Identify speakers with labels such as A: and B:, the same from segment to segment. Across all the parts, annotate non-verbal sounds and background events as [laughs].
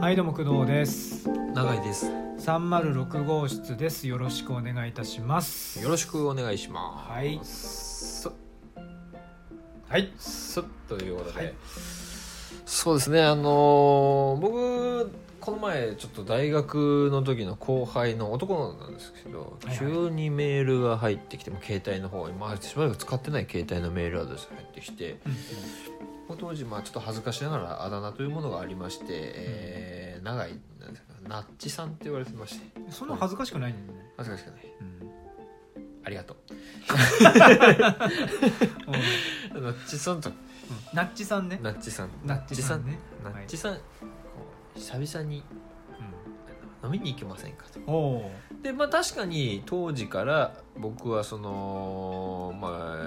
A: はいどうも工藤です
B: 長井です
A: 306号室ですよろしくお願いいたします
B: よろしくお願いします
A: はい
B: す
A: はい
B: すということで、
A: はい
B: そうですねあのー僕この前ちょっと大学の時の後輩の男の子なんですけど、
A: はいはい
B: 急にメールが入ってきても携帯の方に、まあ、しばらく使ってない携帯のメールアドレスが入ってきて、当時まあちょっと恥ずかしながらあだ名というものがありまして、えー長井なんですかナッチさんって言われてまして
A: そんな恥ずかしくないんだよね、
B: 恥ずかしくないありがとう
A: うんうん
B: ナッチさんと
A: ナッチさんね
B: ナッチさん
A: ナッチさんね
B: ナ
A: はい
B: ッチさん、こう久々に飲みに行けませんかと
A: うんおー
B: でまあ確かに当時から僕はそのまあ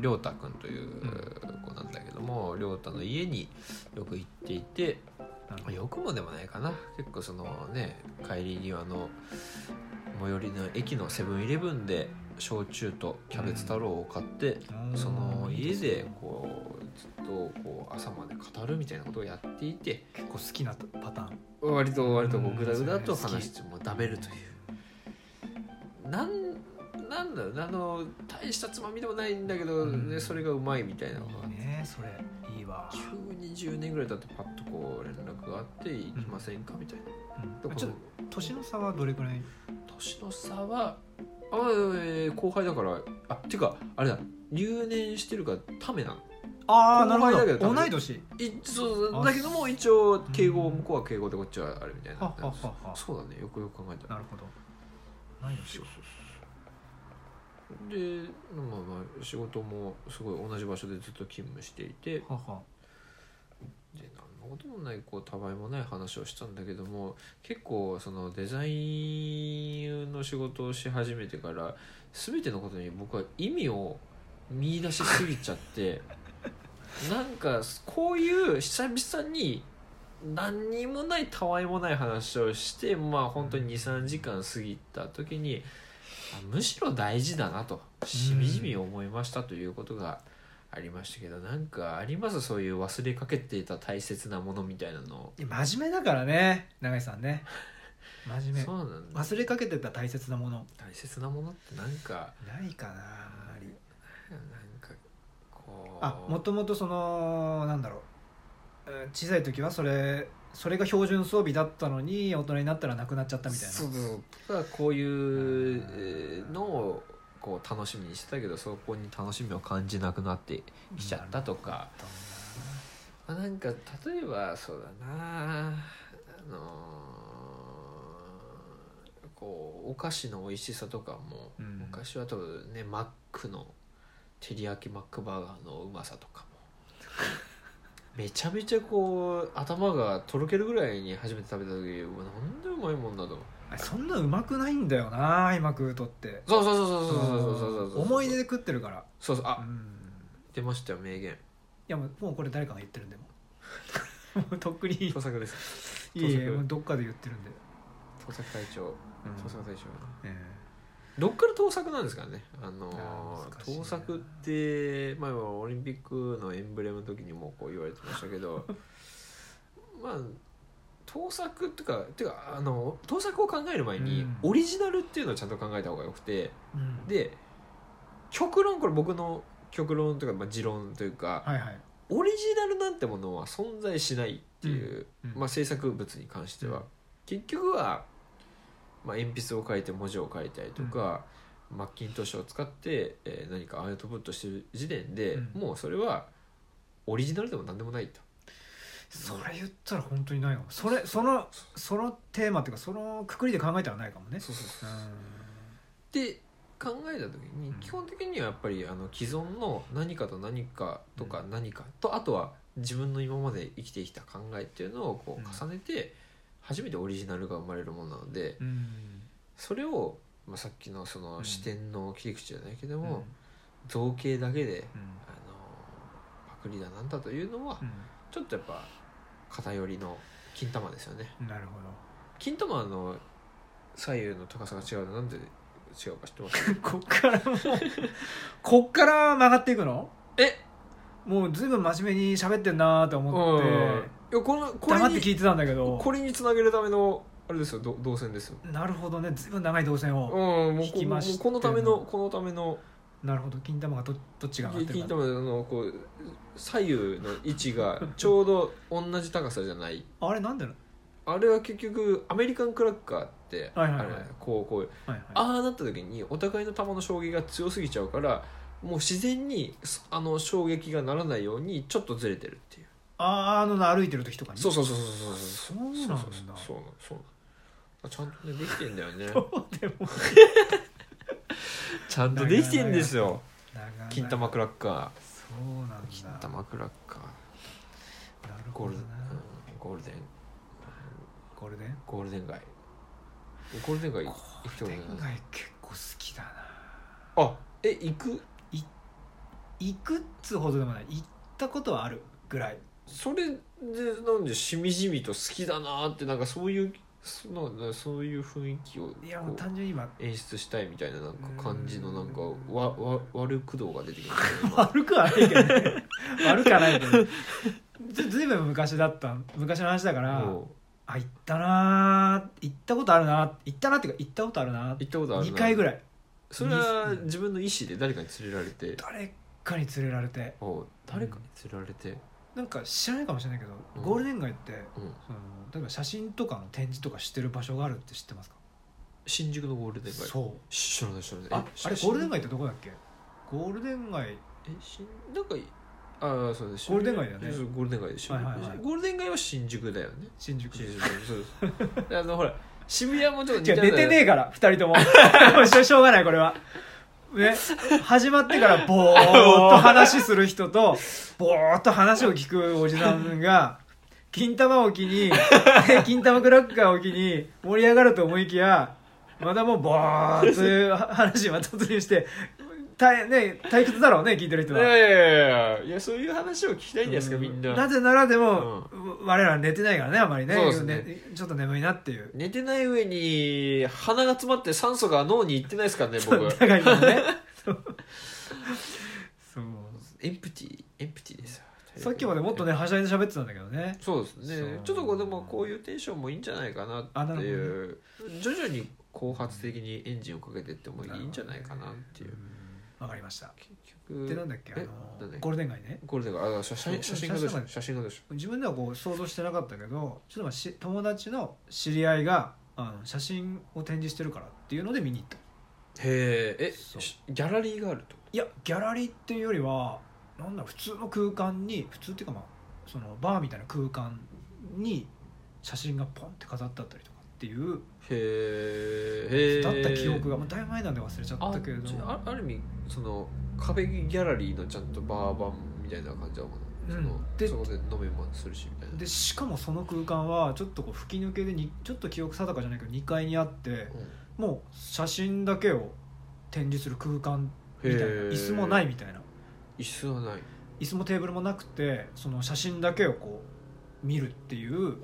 B: 亮太君という子なんだけども亮太の家によく行っていて
A: なる
B: まあよくもでもないかな結構そのね帰り際の最寄りの駅のセブンイレブンで焼酎とキャベツ太郎を買って、
A: ほど
B: その
A: うん
B: 家でこうずっとこう朝まで語るみたいなことをやっていて
A: 結構好きなパターン
B: 割と割とこ
A: うん
B: うグダグダと
A: それ好き
B: 話してもダメるというなんなんだろうなあの大したつまみでもないんだけど、
A: うん
B: ね、それがうまいみたいなのが
A: いいねそれいいわ、
B: 急に10年ぐらい経ってパッとこう連絡があって「行きませんか?」みたいな。
A: うんあちょっと年の差はどれくらい
B: 年の差はあ、えー後輩だからあっていうかあれだ留年してるからためなの
A: ああ
B: 後
A: なるほ
B: 輩だけど多
A: ど
B: 分
A: 同い年
B: いそ
A: あ
B: うだけども一応敬語向こうは敬語でこっちはあれみたいな
A: はははは
B: そうだねよくよく考えた
A: な
B: ら
A: るほど同い年
B: そうそうそうでまあまあ仕事もすごい同じ場所でずっと勤務していて
A: はは
B: で何のこともないこうたわいもない話をしたんだけども結構そのデザインの仕事をし始めてから全てのことに僕は意味を見出しすぎちゃってなんかこういう久々に何にもないたわいもない話をしてまあ本当に23時間過ぎた時にあむしろ大事だなとしみじみ思いましたということがありましたけどなんかありますそういう忘れかけていた大切なものみたいなの
A: いや真面目だからね永井さんね真面目
B: そうなんだ
A: 忘れかけてた大切なもの
B: 大切なものってなんか
A: ないかなあまり
B: なんかこう
A: あもともとそのなんだろううん小さい時はそれそれが標準装備だったのに大人になったらなくなっちゃったみたいな
B: そうそうそうこういう
A: あ
B: え
A: ー
B: ーのをこう楽しみにしてたけどそこに楽しみを感じなくなってきちゃったとか、
A: なる
B: まあ、なんか例えばそうだなあのーこうお菓子の美味しさとかも、
A: うん
B: 昔は多分ねマックの照り焼きマックバーガーのうまさとかもめちゃめちゃこう頭がとろけるぐらいに初めて食べた時うわなんでうまいもんだ
A: ほ
B: と
A: どなあそんなうまくないんだよな今食うとって
B: そうそうそうそうそうそうそうそうそう
A: 思い出で食ってるから
B: そうそう
A: う
B: あ
A: ん
B: 出ましたよ名言
A: いやもうもうこれ誰かが言ってるん
B: [laughs]
A: でもうもうとっくにい
B: 登坂です
A: えいえもうどっかで言ってるんで、
B: 登坂会長
A: うん
B: 登坂大将
A: ええ
B: どっから盗作なんですかね、あ
A: あ
B: の
A: ー難しいな
B: 盗作って、まあ、オリンピックのエンブレムの時にもこう言われてましたけど [laughs] まあ盗作っていうかっていうかあの盗作を考える前に、
A: うん
B: オリジナルっていうのをちゃんと考えた方がよくて
A: うん
B: で極論これ僕の極論というか、まあ、持論というか、
A: はいはい、
B: オリジナルなんてものは存在しないっていう。
A: うん
B: まあ、制作物に関しては、
A: うん
B: 結局は、まあ、鉛筆を書いて文字を書いたりとか、マッキントッシュを使って、えー何かアウトプットしてる時点で、
A: うん
B: もうそれはオリジナルでも何でもないと
A: それ言ったら本当にないかもそれそのそのテーマっていうかそのくくりで考えたらないかもね
B: そうそうそううんで考えた時に
A: うん
B: 基本的にはやっぱりあの既存の何かと何かとか何かとあとは自分の今まで生きてきた考えっていうのをこう重ねて初めてオリジナルが生まれるものなので
A: うん
B: それを、まあ、さっきのそうの
A: ん
B: 視点の切り口じゃないけど
A: うん
B: も、造形だけで、
A: うん
B: あのパクリだなんだというのは、ちょっとやっぱ偏りの金玉ですよね
A: うんなるほ
B: 金玉の左右の高さが違うのなんで違うか知ってます
A: ど [laughs] こっからもうこっから曲がっていくの
B: え
A: もうずいぶん真面目に喋ってんなーと
B: う
A: 思
B: ん
A: って
B: やこのこ
A: 黙っ
B: れ
A: て
B: に
A: 聞いてたんだけど
B: これにつなげるためのあれですよど動線ですよ
A: なるほどねずいぶん長い動線
B: うん
A: を、
B: もう
A: 聞きました
B: もうこのためのこのための
A: なるほど金玉がどどっちが上がって
B: 金
A: るか
B: 玉のこう左右の位
A: [laughs]
B: 置がちょうど同じ高さじゃない
A: あれなんだろ
B: あれは結局アメリカンクラッカーってあ
A: はい
B: れ
A: はいはい
B: こうこう
A: う、はいはい、
B: ああなった時にお互いの球の衝撃が強すぎちゃうからもう自然にそあの衝撃がならないようにちょっとずれてるっていう
A: あーあのの歩いてる時とかに
B: そうそうそうそうそう
A: そうなんだ
B: そうそうそうそうちゃんとねできてんだよ
A: [laughs]
B: ね
A: でも
B: [laughs] ちゃんとできてんですよ
A: 長々
B: 金玉クラッカ
A: そうなんだ
B: ー金玉クラッカー
A: なる
B: ゴ
A: ほ
B: ー
A: ど
B: ル,、うん
A: な、
B: ゴールデン
A: ゴールデン
B: ゴールデン街ゴールデン街行って
A: ゴ
B: も
A: ー
B: いい
A: ルデ
B: か
A: ン
B: な
A: 街結構好きだな
B: あえ行く
A: 行くっつうほどでもない行ったことはあるぐらい
B: それでなんでしみじみと好きだなーってなんかそういうそなんかそういう雰囲気を
A: いや
B: こ
A: も
B: う
A: う単純に今 [laughs]
B: 演出したいみたいななんか感じのなんか
A: うん
B: わわ悪駆動が出てきました
A: [laughs]
B: ね今
A: 悪くはないけど
B: [laughs]
A: ね悪くはないけどずずいぶん昔だった昔の話だから、
B: も
A: あ行ったなー行ったことあるなー行ったなっていうか行ったことあるな
B: う行ったことある
A: 2回ぐ
B: らい
A: らい
B: それは自分の意思で誰かに連れられて
A: 誰かに連れられて
B: おう誰かに連れられて
A: なんか知らないかもしれないけど、
B: うん
A: ゴールデン街って
B: うん
A: その例えば写真とかの展示とかしてる場所があるって知ってますか
B: 新宿のゴールデン街
A: そう
B: 知らない知らない
A: あ
B: え
A: あれ
B: 新
A: ゴールデン街ってどこだっけゴールデン街
B: えしなんかああそうです
A: ゴールデン街だよね
B: そうゴールデン街でしょ、
A: はいはいはい
B: ゴールデン街は新宿だよね
A: 新宿
B: 新宿そうですあのほら渋谷もちょっと似
A: 違
B: た
A: う
B: よう
A: 寝て
B: な
A: ねえから2人とも [laughs] もうしょしょうがないこれはね始まってからぼーっと話する人とぼーっと話を聞くおじさんが金玉を機 [laughs] に金玉クラッカーを機に盛り上がると思いきやまたもうぼーっという話にまた突入して大,、ね、退屈だろうね聞いてる人
B: い
A: は。
B: やいやいやいやいやそういう話を聞きたいんじゃないですかみんな
A: なぜならでも、我ら寝てないからねあまりね
B: そうですね
A: ちょっと眠いなっていう
B: 寝てない上に鼻が詰まって酸素が脳に行ってないですからね
A: そ
B: 僕
A: う [laughs] 高いもねそう
B: エンプティエンプティですよ
A: さっきまでもっとねはしゃいで喋ってたんだけどね
B: そうですね
A: そう
B: ちょっとこうでもこういうテンションもいいんじゃないかな
A: あな
B: って
A: る
B: いう、徐々に後発的にエンジンをかけていってもいいんじゃないかなっていう、
A: わかりました
B: 結局
A: でなんだっけあ
B: えな
A: の
B: んだっけ
A: ゴールデン街ね
B: これだからあ写真写真がどうし
A: 写真が
B: 写真がどうし
A: 自分ではこう想像してなかったけどちょっとまあし友達の知り合いがあの写真を展示してるからっていうので見に行った
B: へええ
A: そう
B: しギャラリーがあるってこ
A: いやギャラリーっていうよりはなんだろう普通の空間に普通っていうかまあそのバーみたいな空間に写真がポンって飾ってあったりとかっていう
B: とへえ
A: だった記憶
B: が
A: がもうだいぶ前なんで忘れちゃ
B: あ
A: っ
B: った
A: け
B: たけ
A: れ
B: れ
A: ど
B: ど
A: も
B: あある意味その壁ギャラリーのちゃんとバーバンみたいな感じだもんねその
A: うんで
B: そこで飲めもするしみたいな
A: でしかもその空間はちょっとこう吹き抜けでにちょっと記憶定かじゃないけど2階にあってもう写真だけを展示する空間みたいな椅子もない
B: い
A: みたいな
B: 椅子はない
A: 椅子もテーブルもなくてその写真だけをこう見るっていう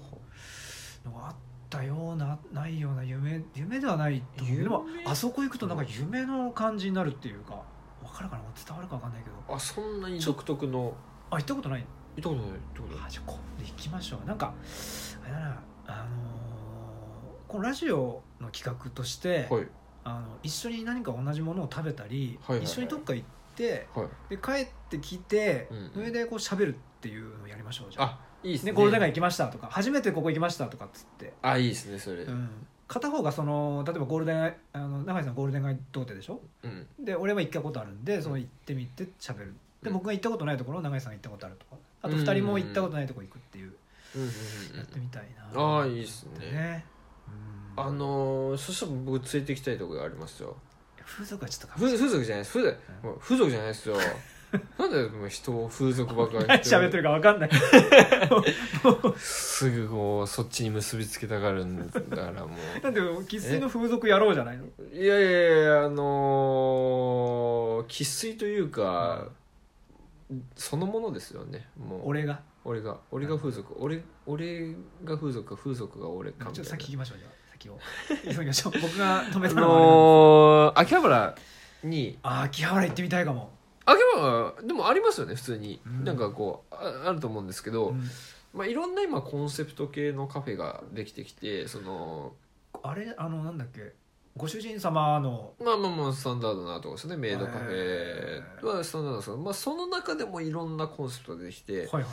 A: のがあったようなないような夢夢ではないと思うでも
B: 夢
A: あそこ行くとなんか夢の感じになるっていうか分かるかな伝わるか分かんないけど
B: あそんなに独特の
A: あ行ったことない
B: 行ったことない行ったことない
A: あじゃあ今度行きましょうなんかあれだなあのーこのラジオの企画として、
B: はい
A: あの一緒に何か同じものを食べたり、
B: はいはいはい
A: 一緒にどっか行って
B: はい
A: で帰ってきて、
B: うん
A: それでこう喋るっていうのをやりましょうじゃあ。
B: あいいです
A: ね、
B: ね
A: ゴールデン街行きましたとか初めてここ行きましたとかっつって、
B: あいいですねそれ
A: うん、片方がその例えばゴールデン街あの永井さんゴールデン街童貞でしょ
B: うん
A: で俺は行ったことあるんでその行ってみて喋るで
B: うん
A: 僕が行ったことないところを永井さんが行ったことあるとかあと
B: うん
A: 2人も行ったことないところ行くっていう
B: うんうん
A: やってみたいな、
B: うんああいいですね
A: ねうん
B: あのーそしたら僕連れて行きたいとこがありますよ
A: 風俗はちょっとか
B: 風風俗じゃないです風俗
A: うん
B: もう風俗じゃないで
A: [laughs]
B: すよなんでもう人を風俗ばっかり
A: 何 [laughs] 喋ってるか分かんない
B: すぐこうそっちに結びつけたがるんだからも
A: なんで生粋の風俗やろうじゃないの
B: ういやいやいやあのー生粋というか、そのものですよねもう俺
A: 俺が
B: が俺が風俗俺俺が風俗か風俗が俺
A: ち
B: か
A: ょっ
B: みた
A: と
B: いな
A: 先行きましょうじゃあ先を急ぎましょう僕が止めたのはあれ
B: あ
A: なんで
B: のー秋葉原に
A: あー秋葉原行ってみたいかも、
B: 秋葉原はでもありますよね普通に、
A: うん
B: なんかこうああると思うんですけど、
A: うん
B: まあ、いろんな今コンセプト系のカフェができてきてその
A: あれあのなんだっけご主人様の
B: まあまあまあスタンダードなとこですよねメイドカフ
A: へ
B: ェはスタンダードですけど、まあ、その中でもいろんなコンセプトができて、
A: はいはいはい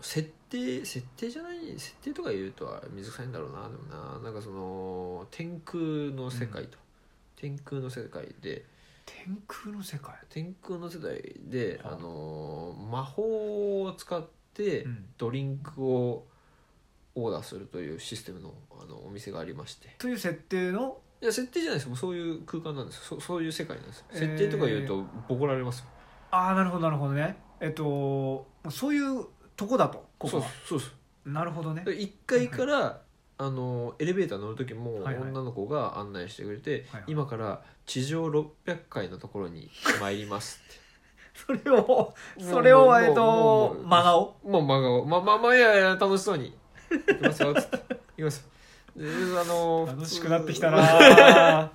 B: 設定設定じゃない設定とか言うとは水臭いんだろうなでもななんかその天空の世界と、天空の世界で
A: 天空の世界
B: 天空の世界で、
A: はあ
B: あの魔法を使って
A: うん
B: ドリンクをオーダーするというシステムのあのお店がありまして
A: という設定の
B: いや設定じゃないですもうそういう空間なんですそそういう世界なんです
A: えー
B: 設定とか言うとボコられますよ、
A: ああなるほどなるほどねえっとそういうとこだとここ
B: そう
A: は
B: そうそう
A: なるほどね
B: で1階から、あのエレベーター乗る時も
A: はいはい
B: 女の子が案内してくれて、
A: はいはい
B: 今から地上600階のところに参ります [laughs]
A: それを
B: って
A: それをえっ
B: も
A: と
B: うもう
A: 真顔
B: もう真顔まあまあまあいやいや楽しそうに行きますよつって行きますよであの
A: 楽しくなってきた
B: [laughs]
A: な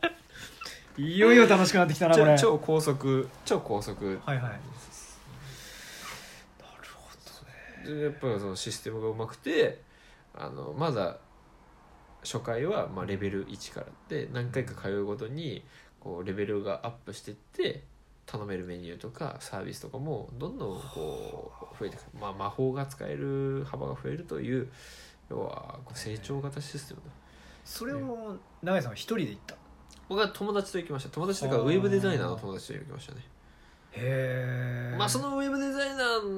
A: いよいよ楽しくなってきたなこれ
B: 超超高速超高速
A: はいはい
B: でやっぱりそのシステムがうまくてあのまだ初回はまあレベル1からで何回か通うごとにこうレベルがアップしていって頼めるメニューとかサービスとかもどんどんこう増えてくる、まあ、魔法が使える幅が増えるという要はこう成長型システムだ
A: それを永井さんは一人で行ったへ
B: 僕は友達と行きました友達というか
A: あー
B: ウェブデザイナーの友達と行きましたね
A: え
B: まあそのウェブデザイナー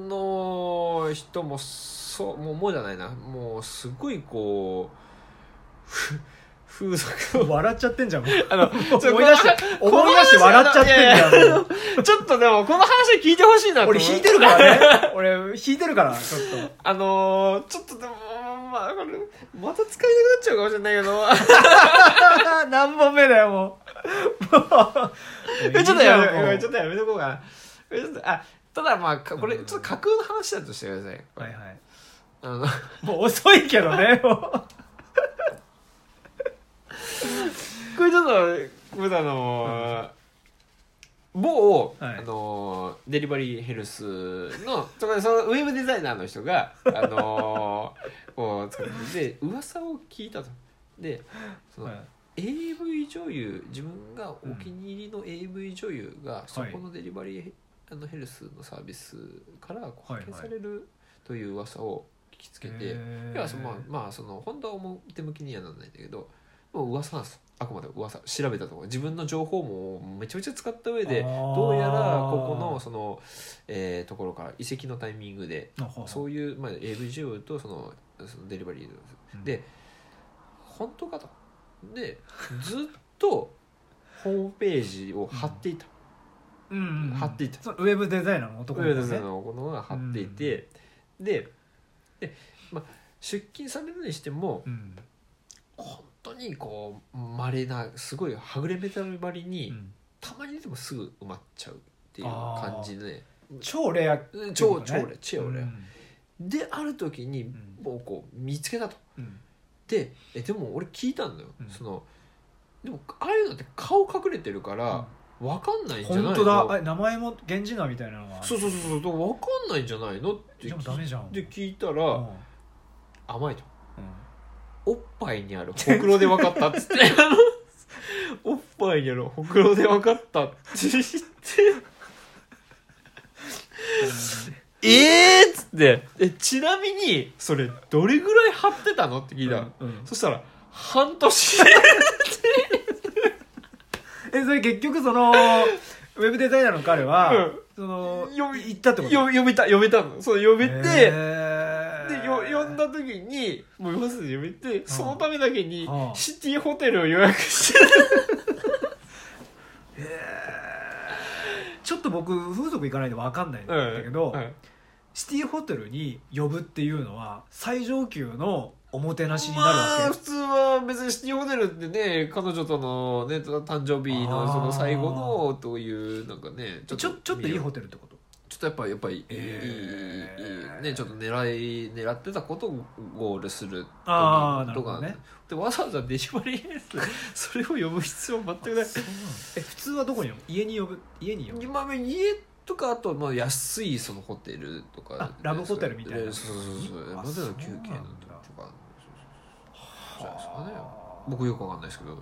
B: の人もそうもうもうじゃないなもうすごいこうふ風俗
A: [laughs]
B: を
A: 笑っちゃってんじゃんもう
B: あの [laughs] ちょ
A: 思い出して
B: この
A: 思い出して笑っちゃってんじゃんもう
B: ちょっとでもこの話聞いてほしいなと思
A: 俺引いてるからね俺引いてるからちょ
B: [laughs]
A: っ
B: あのーちょっとでもまあこれまた使いなくなっちゃうかもしれないけど
A: と何本目だよもうもう
B: [laughs] えちょ
A: [laughs] い
B: っと
A: いじゃんも
B: や
A: う
B: め、ちょっとやめとこうかな。えちょっとあ、ただまあ、かこれ、
A: うん
B: ちょっと架空の話だとしてください。
A: はいはい
B: あの、
A: もう遅いけどねもう
B: これちょっと、僕あのー、某、
A: はい
B: あのーデリバリーヘルスの、とかそのウェブデザイナーの人が、あのーこう、使って
A: [laughs]
B: て、で、噂を聞いたと。で、その、
A: はい
B: AV 女優自分がお気に入りの AV 女優がそこのデリバリー、あのヘルスのサービスからこう
A: はいはい
B: 派遣されるという噂を聞きつけて、
A: へー
B: 要はそのまあ、まあ、その本当は表向きにはならないんだけどもう噂なんですあくまで噂調べたところ自分の情報もめちゃめちゃ使った上で
A: あー
B: どうやらここのその、えーところから移籍のタイミングで
A: ほうほう
B: そういう、まあ、AV 女優とそのそのデリバリーの
A: うん
B: で本当かとでずっとホームページを貼っていた、
A: うんうんうん
B: 貼っていた
A: そのウェブデザイナーの男
B: 上
A: の
B: 田
A: 子
B: さ
A: ね
B: んのものが貼っていて、でで、まあ、出勤されるにしても
A: うん
B: 本当にこうまれなすごいはぐれメタルばりに、
A: うん
B: たまに出てもすぐ埋まっちゃうっていう感じで、
A: 超レア
B: うん超
A: って
B: 超
A: いう
B: レ
A: ことね
B: 超レ、
A: うん
B: である時に
A: ん
B: もうこう見つけたと。
A: うん
B: でえでも俺聞いたんだよ、
A: うん
B: そのでもああいうのって顔隠れてるから分かんないんじゃないの
A: 本当だあ名前も源氏名みたいなのが
B: そうそうそうそうでも分かんないんじゃないのって
A: でも
B: 聞
A: ダメじゃん
B: で聞いた
A: う
B: ら
A: ん
B: 甘いと
A: うん
B: おっぱいにあるほくろで分かったっつってあのおっぱいにあるほくろで分かったって言ってえーっつってえちなみにそれどれぐらい貼ってたのって聞いたの、
A: うんうん
B: そしたら半
A: [laughs]
B: 年
A: えそれ結局そ
B: [laughs]
A: のウェブデザイナーの彼は、
B: うん
A: その
B: 読み
A: 行ったってこと
B: よ呼びた呼べたのそう呼べて、
A: へー
B: でよ呼んだ時にもうまず呼べてそのためだけに
A: ああ
B: シティホテルを予約して
A: ちょっと僕風俗行かないんで分かんないん
B: うん
A: だけど、
B: うん
A: シティホテルに呼ぶっていうのは最上級のおもてなしになる
B: まあ
A: わ
B: 普通は別にシティホテルってね彼女とのね誕生日のその最後のというなんかね
A: け、ちょちょっといいホテルってこと
B: ちょっとやっぱやっぱりいい、
A: えー
B: いいいいねちょっと狙い狙ってたことをゴールすると
A: あーなる
B: と
A: ほど
B: か
A: ね
B: でわざわざデジバリーエース
A: [laughs]
B: それを呼ぶ必要全くない
A: え普通はどこに呼ぶ家に呼ぶ家に呼ぶ
B: 今家とかあとまあ安いそのホテルとか
A: あラブホテルみたいな
B: でそうそうそう
A: あ
B: まだ休憩
A: そう
B: の
A: なんだ
B: とかじゃないですかね僕よくわかんないですけど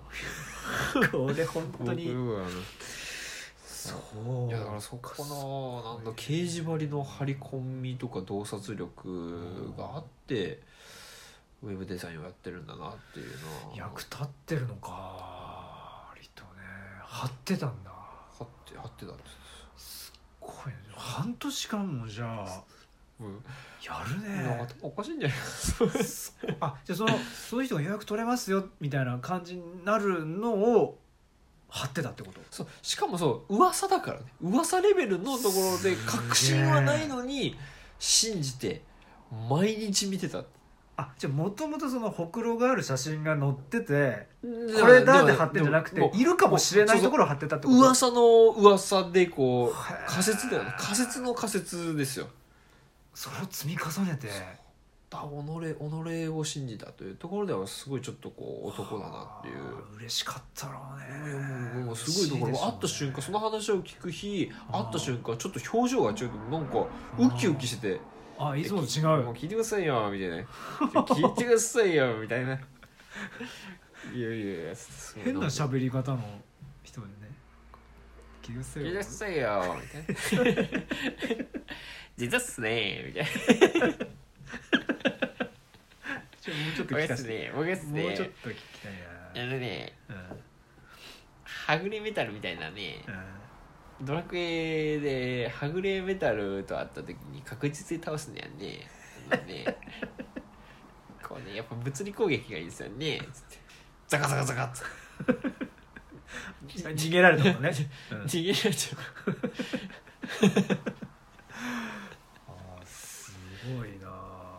A: これ本当
B: 僕
A: に
B: よくわかんない
A: そう
B: いやだからそこのなんだ刑事張りの張り込みとか洞察力があってウェブデザインをやってるんだなっていうのは
A: 役立ってるのか割とね張ってたんだ
B: 張って張ってたんです
A: これ半年間もじゃあ
B: うん
A: やる
B: なん
A: ね
B: かおかしいんじゃない
A: すごいあじゃあそのその人が予約取れますよみたいな感じになるのを張ってたってこと
B: [laughs] そうしかもそう噂だからね噂レベルのところで確信はないのに信じて毎日見てた
A: あじゃあもともとそのほくろがある写真が載ってて
B: こ
A: これだって貼ってんじゃなくているかもしれな
B: そう
A: い
B: そ
A: と
B: う
A: ころを貼ってたってこと
B: 噂の噂でこ
A: へ
B: う
A: ー
B: 仮説だよね仮説の仮説ですよ
A: それを積み重ねて
B: だ己己を信じたというところではすごいちょっとこう男だなっていう
A: あー嬉しかったろう
B: いや
A: ね
B: もうもうすごいだから会った瞬間その話を聞く日会った瞬間ちょっと表情が違うなんかウキウキしてて
A: 間あいつもと違う
B: もう
A: よ
B: 聞いてくださいよみたいな聞いてくださいよみたいないやいやいやすごい
A: 変な
B: 聞
A: 喋り方の人でね気がす
B: いて
A: る
B: くださいよみたいな [laughs] 実はっすねみたいな
A: ちょもうちょっと
B: 僕
A: 聞
B: っ
A: か
B: す
A: せて
B: ね僕っすね
A: もうちょっと聞きた
B: あ
A: い
B: のね
A: な
B: はぐれメタルみたいなね
A: うんうん
B: ドラクエではぐれメタルと会った時に確実に倒すんだよねあの
A: [laughs]
B: ねこうねやっぱ物理攻撃がいいですよねつってザカザカザカっつって
A: 逃げられたもんねうん
B: 逃げられちゃう
A: あーすごいなあ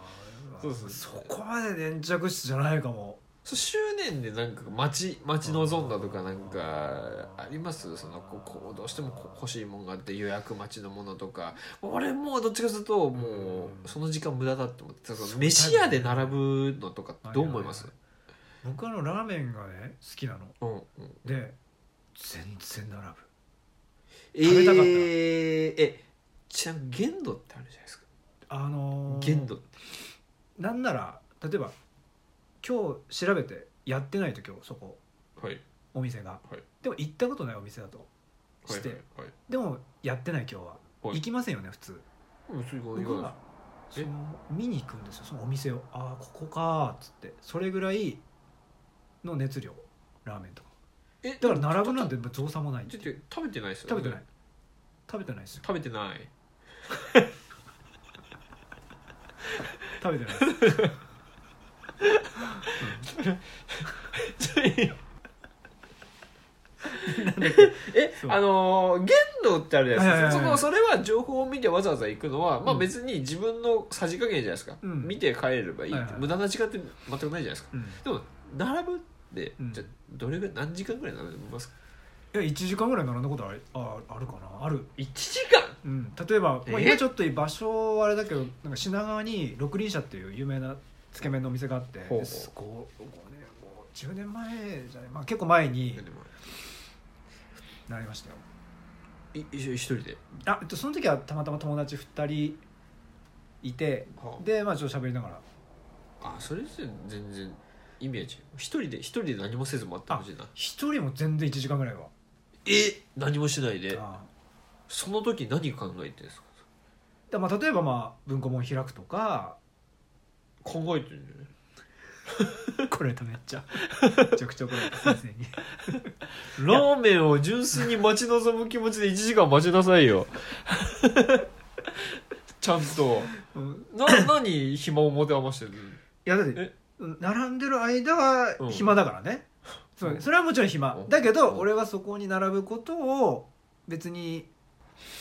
B: そうそう
A: そこまで粘着質じゃないかも
B: そう執念でなんか待ち待ち望んだとかなんかありますそのこうこうどうしてもこ欲しいもんがあって予約待ちのものとか俺もうどっちかするともうその時間無駄だって思ってたその飯屋で並ぶのとかってどう思います
A: 僕あのラーメンがね好きなの
B: うんうん
A: で全然並ぶ
B: え
A: 食べたかった
B: ー、えちなみに限度ってあるじゃないですか
A: あのー
B: 限度って
A: なんなら例えば今日調べてやってないと今日そこ
B: はい
A: お店が、
B: はい
A: でも行ったことないお店だとして、
B: はい
A: でもやってない今日は、
B: はい
A: 行きませんよね普通
B: うんすごい
A: 僕はそ
B: え
A: の見に行くんですよそのお店をああここかーっつってそれぐらいの熱量ラーメンとか
B: え
A: だから並ぶなん
B: て
A: て造作もないって
B: ちょっと食べてないですよ
A: 食べてない食べてないですよ
B: 食べてない
A: 食べてない
B: [laughs]
A: です
B: え
A: そう
B: あのー限度ってあるじゃないですか、
A: はいはいはい
B: そこそれは情報を見てわざわざ行くのは、まあ、
A: うん
B: 別に自分のさじ加減じゃないですか、
A: うん
B: 見て帰ればいい、
A: はいはい
B: 無駄な時間って全くないじゃないですか
A: うんい
B: でも並ぶって、
A: うん
B: じゃあどれぐらい何時間ぐらい並びますか
A: や1時間ぐらい並んだことあるああるかなある
B: 1時間
A: うん、例えば、まあ、
B: え
A: 今ちょっと場所はあれだけどなんか品川に六輪車っていう有名なつけ麺のお店があって
B: ほうほう
A: ですこうこうねもう10年前じゃない、まあ、結構前になりましたよ
B: い一緒一人で、
A: あ、えっと、その時はたまたま友達2人いてでまあちょっと喋りながら
B: あそれじゃ全然意味は違う一人で一人で何もせず待ってほしいな
A: 一人も全然1時間ぐらいは
B: え何もしないで
A: あ
B: その時何考えてるんですか
A: でまあ、例えばまあ文庫本開くとか
B: 考えてるんじゃない
A: これとめっちゃめちゃくちゃ怒られた先生に
B: ラーメンを純粋に待ち望む気持ちで1時間待ちなさいよ [laughs] ちゃんと
A: うん
B: な何暇を持て余してる
A: いやだって
B: え
A: うん並んでる間は
B: うん
A: 暇だからね、そう
B: うん
A: それはもちろん暇、
B: うん
A: だけど、
B: うん
A: 俺はそこに並ぶことを別に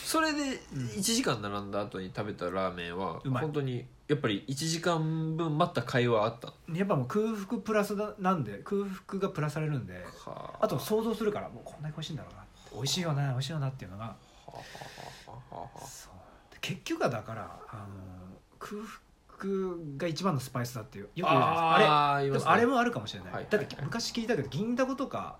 B: それで
A: うん
B: 1時間並んだ後に食べたラーメンは
A: うまい
B: 本当にやっぱり1時間分待った会話あったの
A: やっぱもう空腹プラスだなんで空腹がプラスされるんで
B: か
A: あと想像するからもうこんなに美味しいんだろうなって美味しいよな美味しいよなっていうのが
B: はあはあはあは
A: そうで結局はだから、あの空腹が一番のスパイスだっていうよく言うじゃないですかあれ
B: あれ
A: でもあれもあるかもしれない、
B: はいはい
A: だって昔聞いたけど銀だことか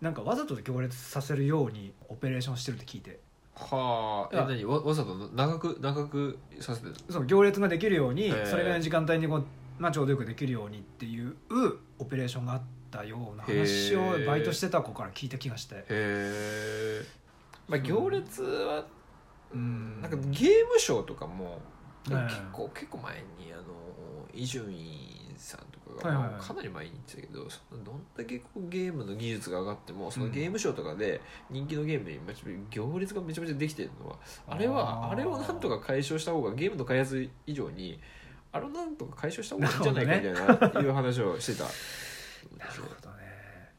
A: なんかわざと行列させるようにオペレーションしてるって聞いて
B: はあえ
A: あ
B: 何わわざと長く長くさせてる
A: その行列ができるように
B: へえ
A: それぐらいの時間帯にこう、まあ、ちょうどよくできるようにっていうオペレーションがあったような話を
B: へえ
A: バイトしてた子から聞いた気がして
B: へえ、まあ、
A: うん
B: 行列は
A: うん
B: なんかゲームショーとかも
A: うん
B: 結構結構前にあの伊集院さんとか
A: はいはい
B: が
A: はい
B: かなり前に言ってたけどそのどんだけこうゲームの技術が上がってもそのゲームショーとかで人気のゲームにめちゃめちゃ行列がめちゃめちゃできてるのはあれは
A: あー
B: あれをなんとか解消した方がゲームの開発以上にあれをなんとか解消した方がいいんじゃないかみたいないう話をしてた。 [laughs]
A: なるほどね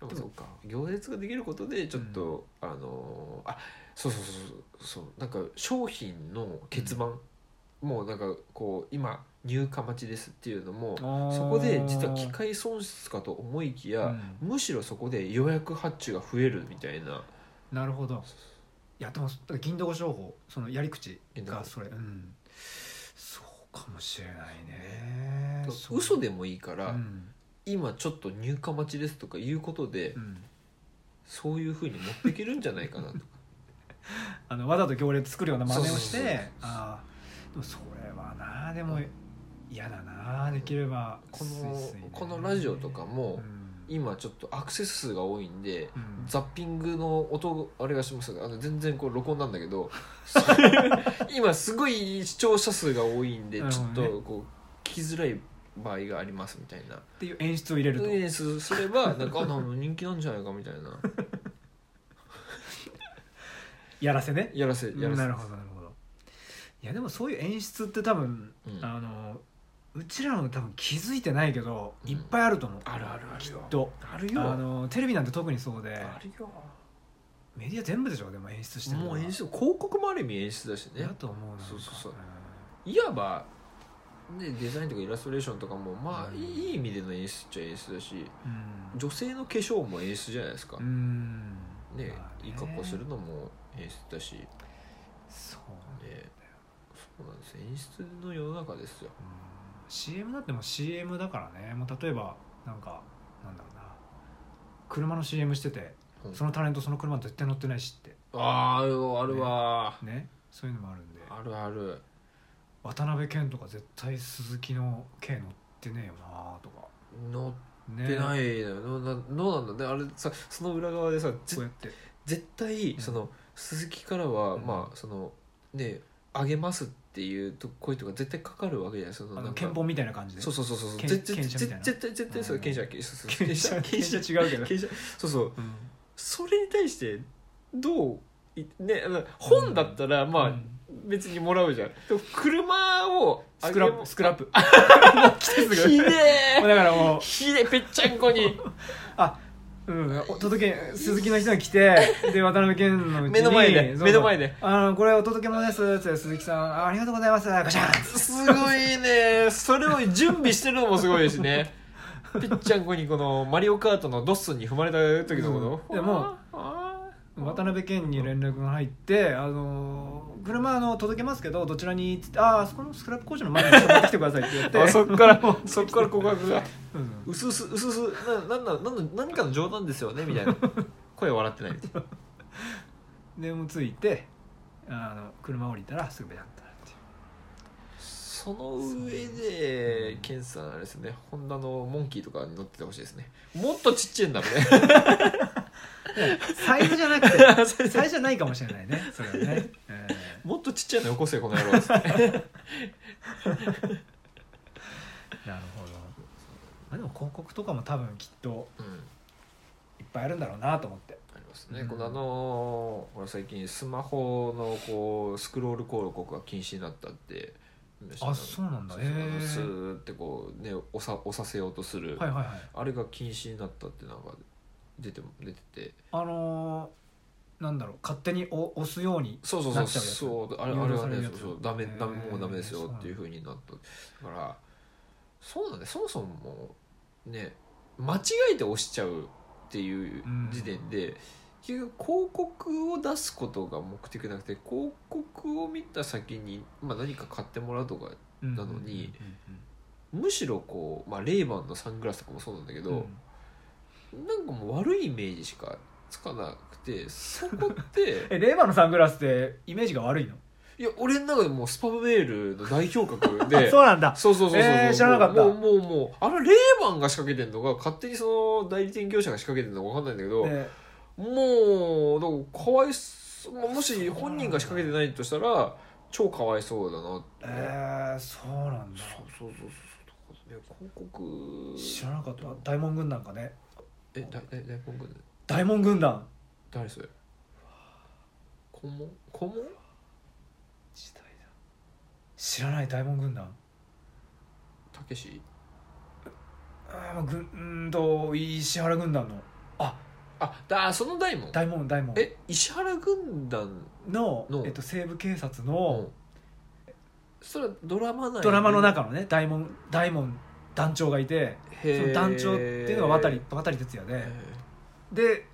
B: でもそうか行列ができることでちょっと、あのーあそうそうそうそうそうなんか商品の欠番、もうなんかこう今入荷待ちですっていうのもそこで実は機械損失かと思いきや、むしろそこで予約発注が増えるみたいな
A: うんなるほどいやでもだから銀だこ商法そのやり口がそれ、うん、そうかもしれないねそう
B: 嘘でもいいから、
A: うん
B: 今ちょっと入荷待ちですとかいうことで、
A: うん
B: そういうふうに持っていけるんじゃないかなと
A: あのわざと行列作るような真似をし
B: そうそうそう
A: てああでもそれはなでも嫌だなできれば [laughs]
B: こ
A: スイスイ
B: の
A: ね
B: このラジオとかも、
A: うん
B: 今ちょっとアクセス数が多いんで、
A: うん
B: ザッピングの音あれがしますあの全然こう録音なんだけ
A: [laughs]
B: ど今すごい視聴者数が多いんでち
A: なる
B: ょ
A: ほ
B: っ
A: どね
B: とこう聞きづらい場合がありますみたいな
A: っていう演出を入れると
B: でそうすればなんかあなんか人気なんじゃないかみたいな
A: やらせね
B: やらせ
A: うん
B: やらせ
A: なるほどなるほどいやでもそういう演出って多分、
B: うん
A: あのうちらの多分気づいてないけど、
B: うん
A: いっぱいあると思う
B: あるあるあるよ
A: きっと
B: あるよ
A: あのテレビなんて特にそうで
B: あるよ
A: メディア全部でしょでも演出してるの
B: も
A: は
B: う演出広告もある意味演出だしね
A: だと思うな
B: そうそうそう
A: なんか
B: いわば、ね、デザインとかイラストレーションとかもまあ
A: うん
B: いい意味での演出っちゃ演出だし
A: うん
B: 女性の化粧も演出じゃないですか、
A: うん
B: ね
A: まあね
B: いい格好するのも演出だし、ね、
A: そう、
B: そうなんですよ演出の世の中ですよ
A: うん CM だってもう CM だからねもう例えばなんかなんだろうな車の CM してて
B: うん
A: そのタレントその車絶対乗ってないしって
B: あーあるわ
A: ねそういうのもあるんで
B: あるある
A: 渡辺謙とか絶対鈴木の軽乗ってねえよなとか
B: 乗
A: ね
B: ってないいのよのなどうなんだであれさその裏側でさぜ
A: こうやって
B: 絶対
A: うん
B: その、鈴木からは、
A: うん
B: まあそのねあげますっていうと声とか絶対かかるわけじゃないその
A: あ
B: な
A: の
B: んか
A: 憲法みたいな感じで
B: そうそうそうそう
A: けん
B: 絶対
A: 権者みたいな
B: 絶対絶対そう
A: うん
B: 権者権者そうそう
A: 権者
B: 権
A: 権
B: 者
A: 者違うけど
B: 権者そうそう
A: うん
B: それに対してどういねあの本だったらま
A: う
B: あ
A: ん
B: 別にもらうじゃん、でも車を
A: スクラップスクラ
B: [laughs]
A: ップ来てすぐ
B: ひ
A: もう
B: でえ
A: だからもう
B: [laughs] ひでえぺっちゃんこに
A: うん、お届け鈴木の人が来
B: [laughs]
A: てで渡辺謙のうちに
B: 目の前で
A: そうそう
B: 目の前で
A: あのこれお届け物ですっつって鈴木さんあありがとうございますガシャン
B: すごいねそれを準備してるのもすごいですねぺっちゃんこにこの「マリオカート」のドッスンに踏まれた時のこと、
A: うんでも
B: あー
A: 渡辺謙に連絡が入って「あのー車あの届けますけどどちらに?」っつって「あーあそこのスクラップ工場の前に持ってきてください」って言って
B: [laughs] あそっからそっから告白が
A: うん
B: うすうすうすうすななんなんなんなんかの冗談ですよねみた
A: [laughs]
B: いな声笑ってないみたいな
A: でもう着いてあの車降りたらすぐベタッとなるっていう
B: その上でケンさんあれですねホンダのモンキーとかに乗っててほしいですねもっとちっちゃいんだもんね
A: サイズじゃな [laughs] くてサイズじゃないかもしれないねそ [laughs] れはね、え
B: [laughs] もっとちっちゃいのよこせこの野郎っつって
A: ーなるほど、まあ、でも広告とかも多分きっと
B: うん
A: いっぱいあるんだろうなと思って
B: ありますね、
A: うん
B: このあのーほら最近スマホのこうスクロール広告が禁止になったって
A: あそうなんだ
B: そう
A: へ
B: そうあ
A: ー
B: のスーってこうね押さ押させようとする、
A: はいはいはい
B: あれが禁止になったってなんか出て出てて
A: あのー、なんだろう勝手にお押すように
B: そうそうそ
A: な
B: う
A: っちゃうやつ
B: そうあれ
A: 誘
B: あ
A: 導
B: れ
A: さ
B: は
A: れる
B: ね
A: やつ
B: そうそうダメダメ
A: へー
B: もうダメですよっていう
A: そ
B: ふうになっただからそうなんでそもそもね間違えて押しちゃうっていう時点で、結局広告を出すことが目的なくて広告を見た先に、まあ、何か買ってもらうとか
A: うん
B: なのに
A: うん
B: むしろこう、まあ、レイバンのサングラスとかもそうなんだけ
A: うんうん
B: ど、なんかもう悪いイメージしかつかなくてそこって
A: えレーバーのサングラスってイメージが悪いの
B: [laughs] いや俺の中でもうスパムメールの代表格で
A: [laughs] あそうなんだ
B: そうそうそうそう、
A: えー知らなかった
B: もうもうもうもうあれレーバンが仕掛けてんのか勝手にその代理店業者が仕掛けてんのか分かんないんだけど、
A: ね
B: もうだからかわいそうもし本人が仕掛けてないとしたら超かわいそうだなって、
A: えー、そうなんだ
B: そうそうそうそうね広告
A: 知らなかった大門軍団かね
B: えだだ大根軍
A: 大門軍団
B: 誰それ顧問顧問
A: 知らない大門軍団
B: たけし
A: あーまあぐんーと石原軍団の
B: あだその大門
A: 大門大門
B: え石原軍団
A: の
B: の
A: えっと、西部警察の
B: それはドラマ内
A: ドラマの中のね大門大門団長がいてそ
B: へー
A: の団長っていうのが渡り渡り哲也
B: へ
A: で
B: ー
A: で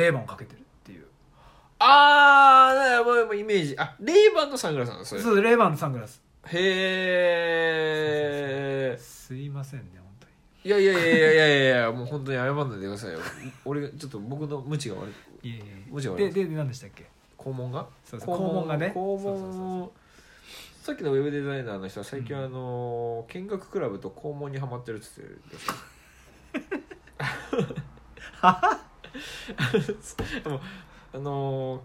A: レーマンをかけてるっていう
B: あーだからもうもうイメージあレイバンのサングラスなんだそれ
A: そうレーマンのサングラス
B: へえ
A: すいませんね本当に
B: いやいやいやいやいやいやもう本当に謝んないでくださいよ俺がちょっと僕の無知が悪い
A: いえいえ
B: 無知が悪い
A: ででで何でしたっけ
B: 肛門が
A: そうそう肛門がね
B: 肛
A: そうそうそうそう
B: 門さっきのウェブデザイナーの人は最近
A: うん
B: あの見学クラブと肛門にはまってるっつってるでしょもう [laughs] あのー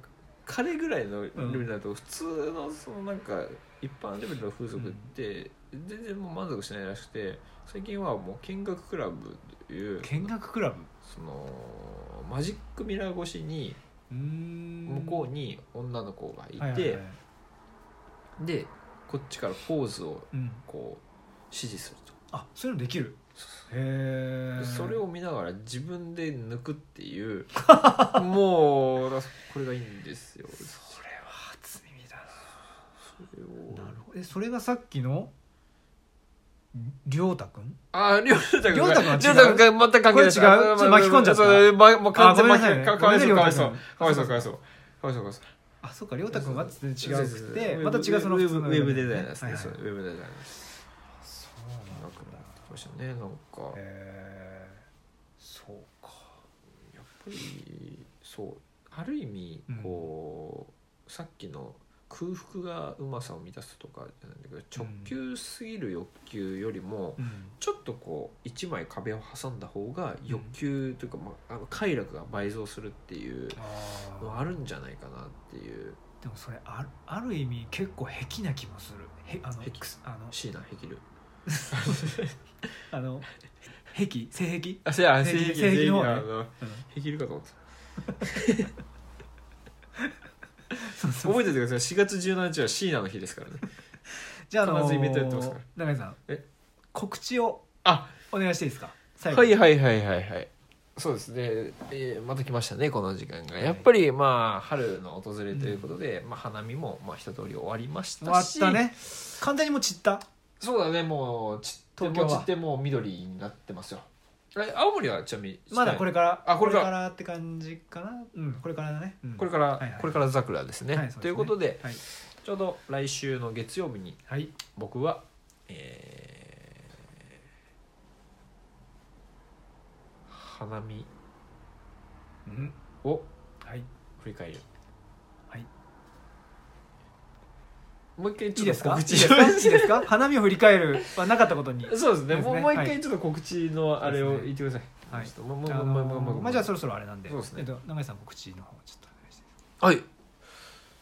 B: 彼ぐらいのレベルになると普通のそのなんか一般レベルの風俗って全然もう満足しないらしくて最近はもう見学クラブという
A: 見学クラブ
B: そのマジックミラー越しに
A: うーん
B: 向こうに女の子がいて、
A: はいはいはい
B: でこっちからポーズを
A: うん、
B: こう指示すると、
A: あそういうのできる
B: で
A: へえ
B: それを見ながら自分で抜くっていう
A: [laughs]
B: もうこれがいいんですよ
A: それは初耳だ
B: それを
A: ななるほどえそれがさっきのりょうたくん
B: ありょうたくん
A: りょうたくんは違う
B: りょうたくん全く関係ない
A: これ違うちょっと巻き込んじゃった
B: そうまもう完全に
A: あごめんな
B: 巻き
A: さいね
B: かかわいそう
A: ご
B: か
A: めんね
B: わいそうかわいそうかわいそう
A: う
B: かわいそうかわいそう
A: あそうかりょうたくんは全然違
B: そうう
A: く
B: そう
A: て
B: そう
A: また違うその
B: ウ
A: 普
B: ェ
A: 通
B: ブ
A: の
B: ウェブデザイナーです
A: はい
B: ね
A: はい
B: そうウェブデザイナーです
A: そうなん
B: な
A: だ
B: くなってきましたねなんかやっ
A: へえそうか
B: ぱりそうある意味
A: うん
B: こう、さっきの空腹がうまさを満たすとかじゃないんだけど直球すぎる欲求よりも、
A: うん
B: ちょっとこう一枚壁を挟んだ方が欲求というか、まあ、あの快楽が倍増するっていう
A: あ
B: の
A: ー
B: はあるんじゃないかなっていう
A: でもそれあるある意味結構癖な気もするへあの
B: 癖
A: くすあの
B: 椎名ヘキル
A: あ
B: [laughs]
A: の癖性癖
B: あせや
A: ヘキ
B: ヘキ
A: ヘキ
B: ル
A: の方ね
B: あの
A: うん
B: ヘキルかと思ってた
A: [laughs]
B: [laughs]
A: そうそう
B: 覚えておいてください4月17日は椎名の日ですからね
A: じゃあ、あの
B: 必ずイベントやってますから
A: 永井さん
B: え
A: 告知を
B: あ
A: お願いしていいですか最
B: はい
A: はい
B: はいはいはいはいそうですね、えーまた来ましたねこの時間がやっぱりまあ春の訪れということで、まあ、花見もまあ一通り終わりました
A: 終わっ
B: した
A: ね完全にもう散った
B: そうだねもうちって
A: 東京は
B: もうちってもう緑になってますよえ青森はちなみに
A: まだこれから
B: あこれから
A: って感じかなうんこれからだね、うん
B: これから、
A: いはい
B: これから桜ですね,、
A: はいそうですね
B: ということで
A: はい、
B: ちょうど来週の月曜日に
A: はい、
B: 僕はえー花見
A: うん
B: を
A: はい
B: 振り返る
A: はい
B: もう一回
A: いい
B: ちょ
A: で
B: っ
A: す
B: と
A: かいい
B: 告
A: で
B: 知
A: すかいいですか花見を振り返るはなかったことに
B: [laughs] そうですね
A: ですね
B: もうもう一
A: は
B: 回
A: い
B: ちょっと告知のあれを言ってください、
A: はい
B: ちょっともうもう
A: あ
B: もうもうもう
A: の
B: もう
A: まあじゃあそろそろあれなんで
B: そうですね
A: えっと、永井さん告知の方ちょっとお願いして
B: はい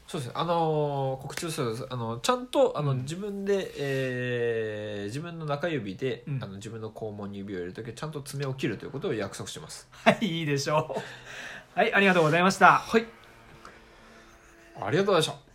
B: そうですねあのー告知をするあのちゃんとあの、
A: うん
B: 自分で、えー自分の中指で、
A: うん
B: あの自分の肛門に指を入れるときはちゃんと爪を切るということを約束してます
A: はいいいでしょうはいありがとうございました
B: はいありがとうございました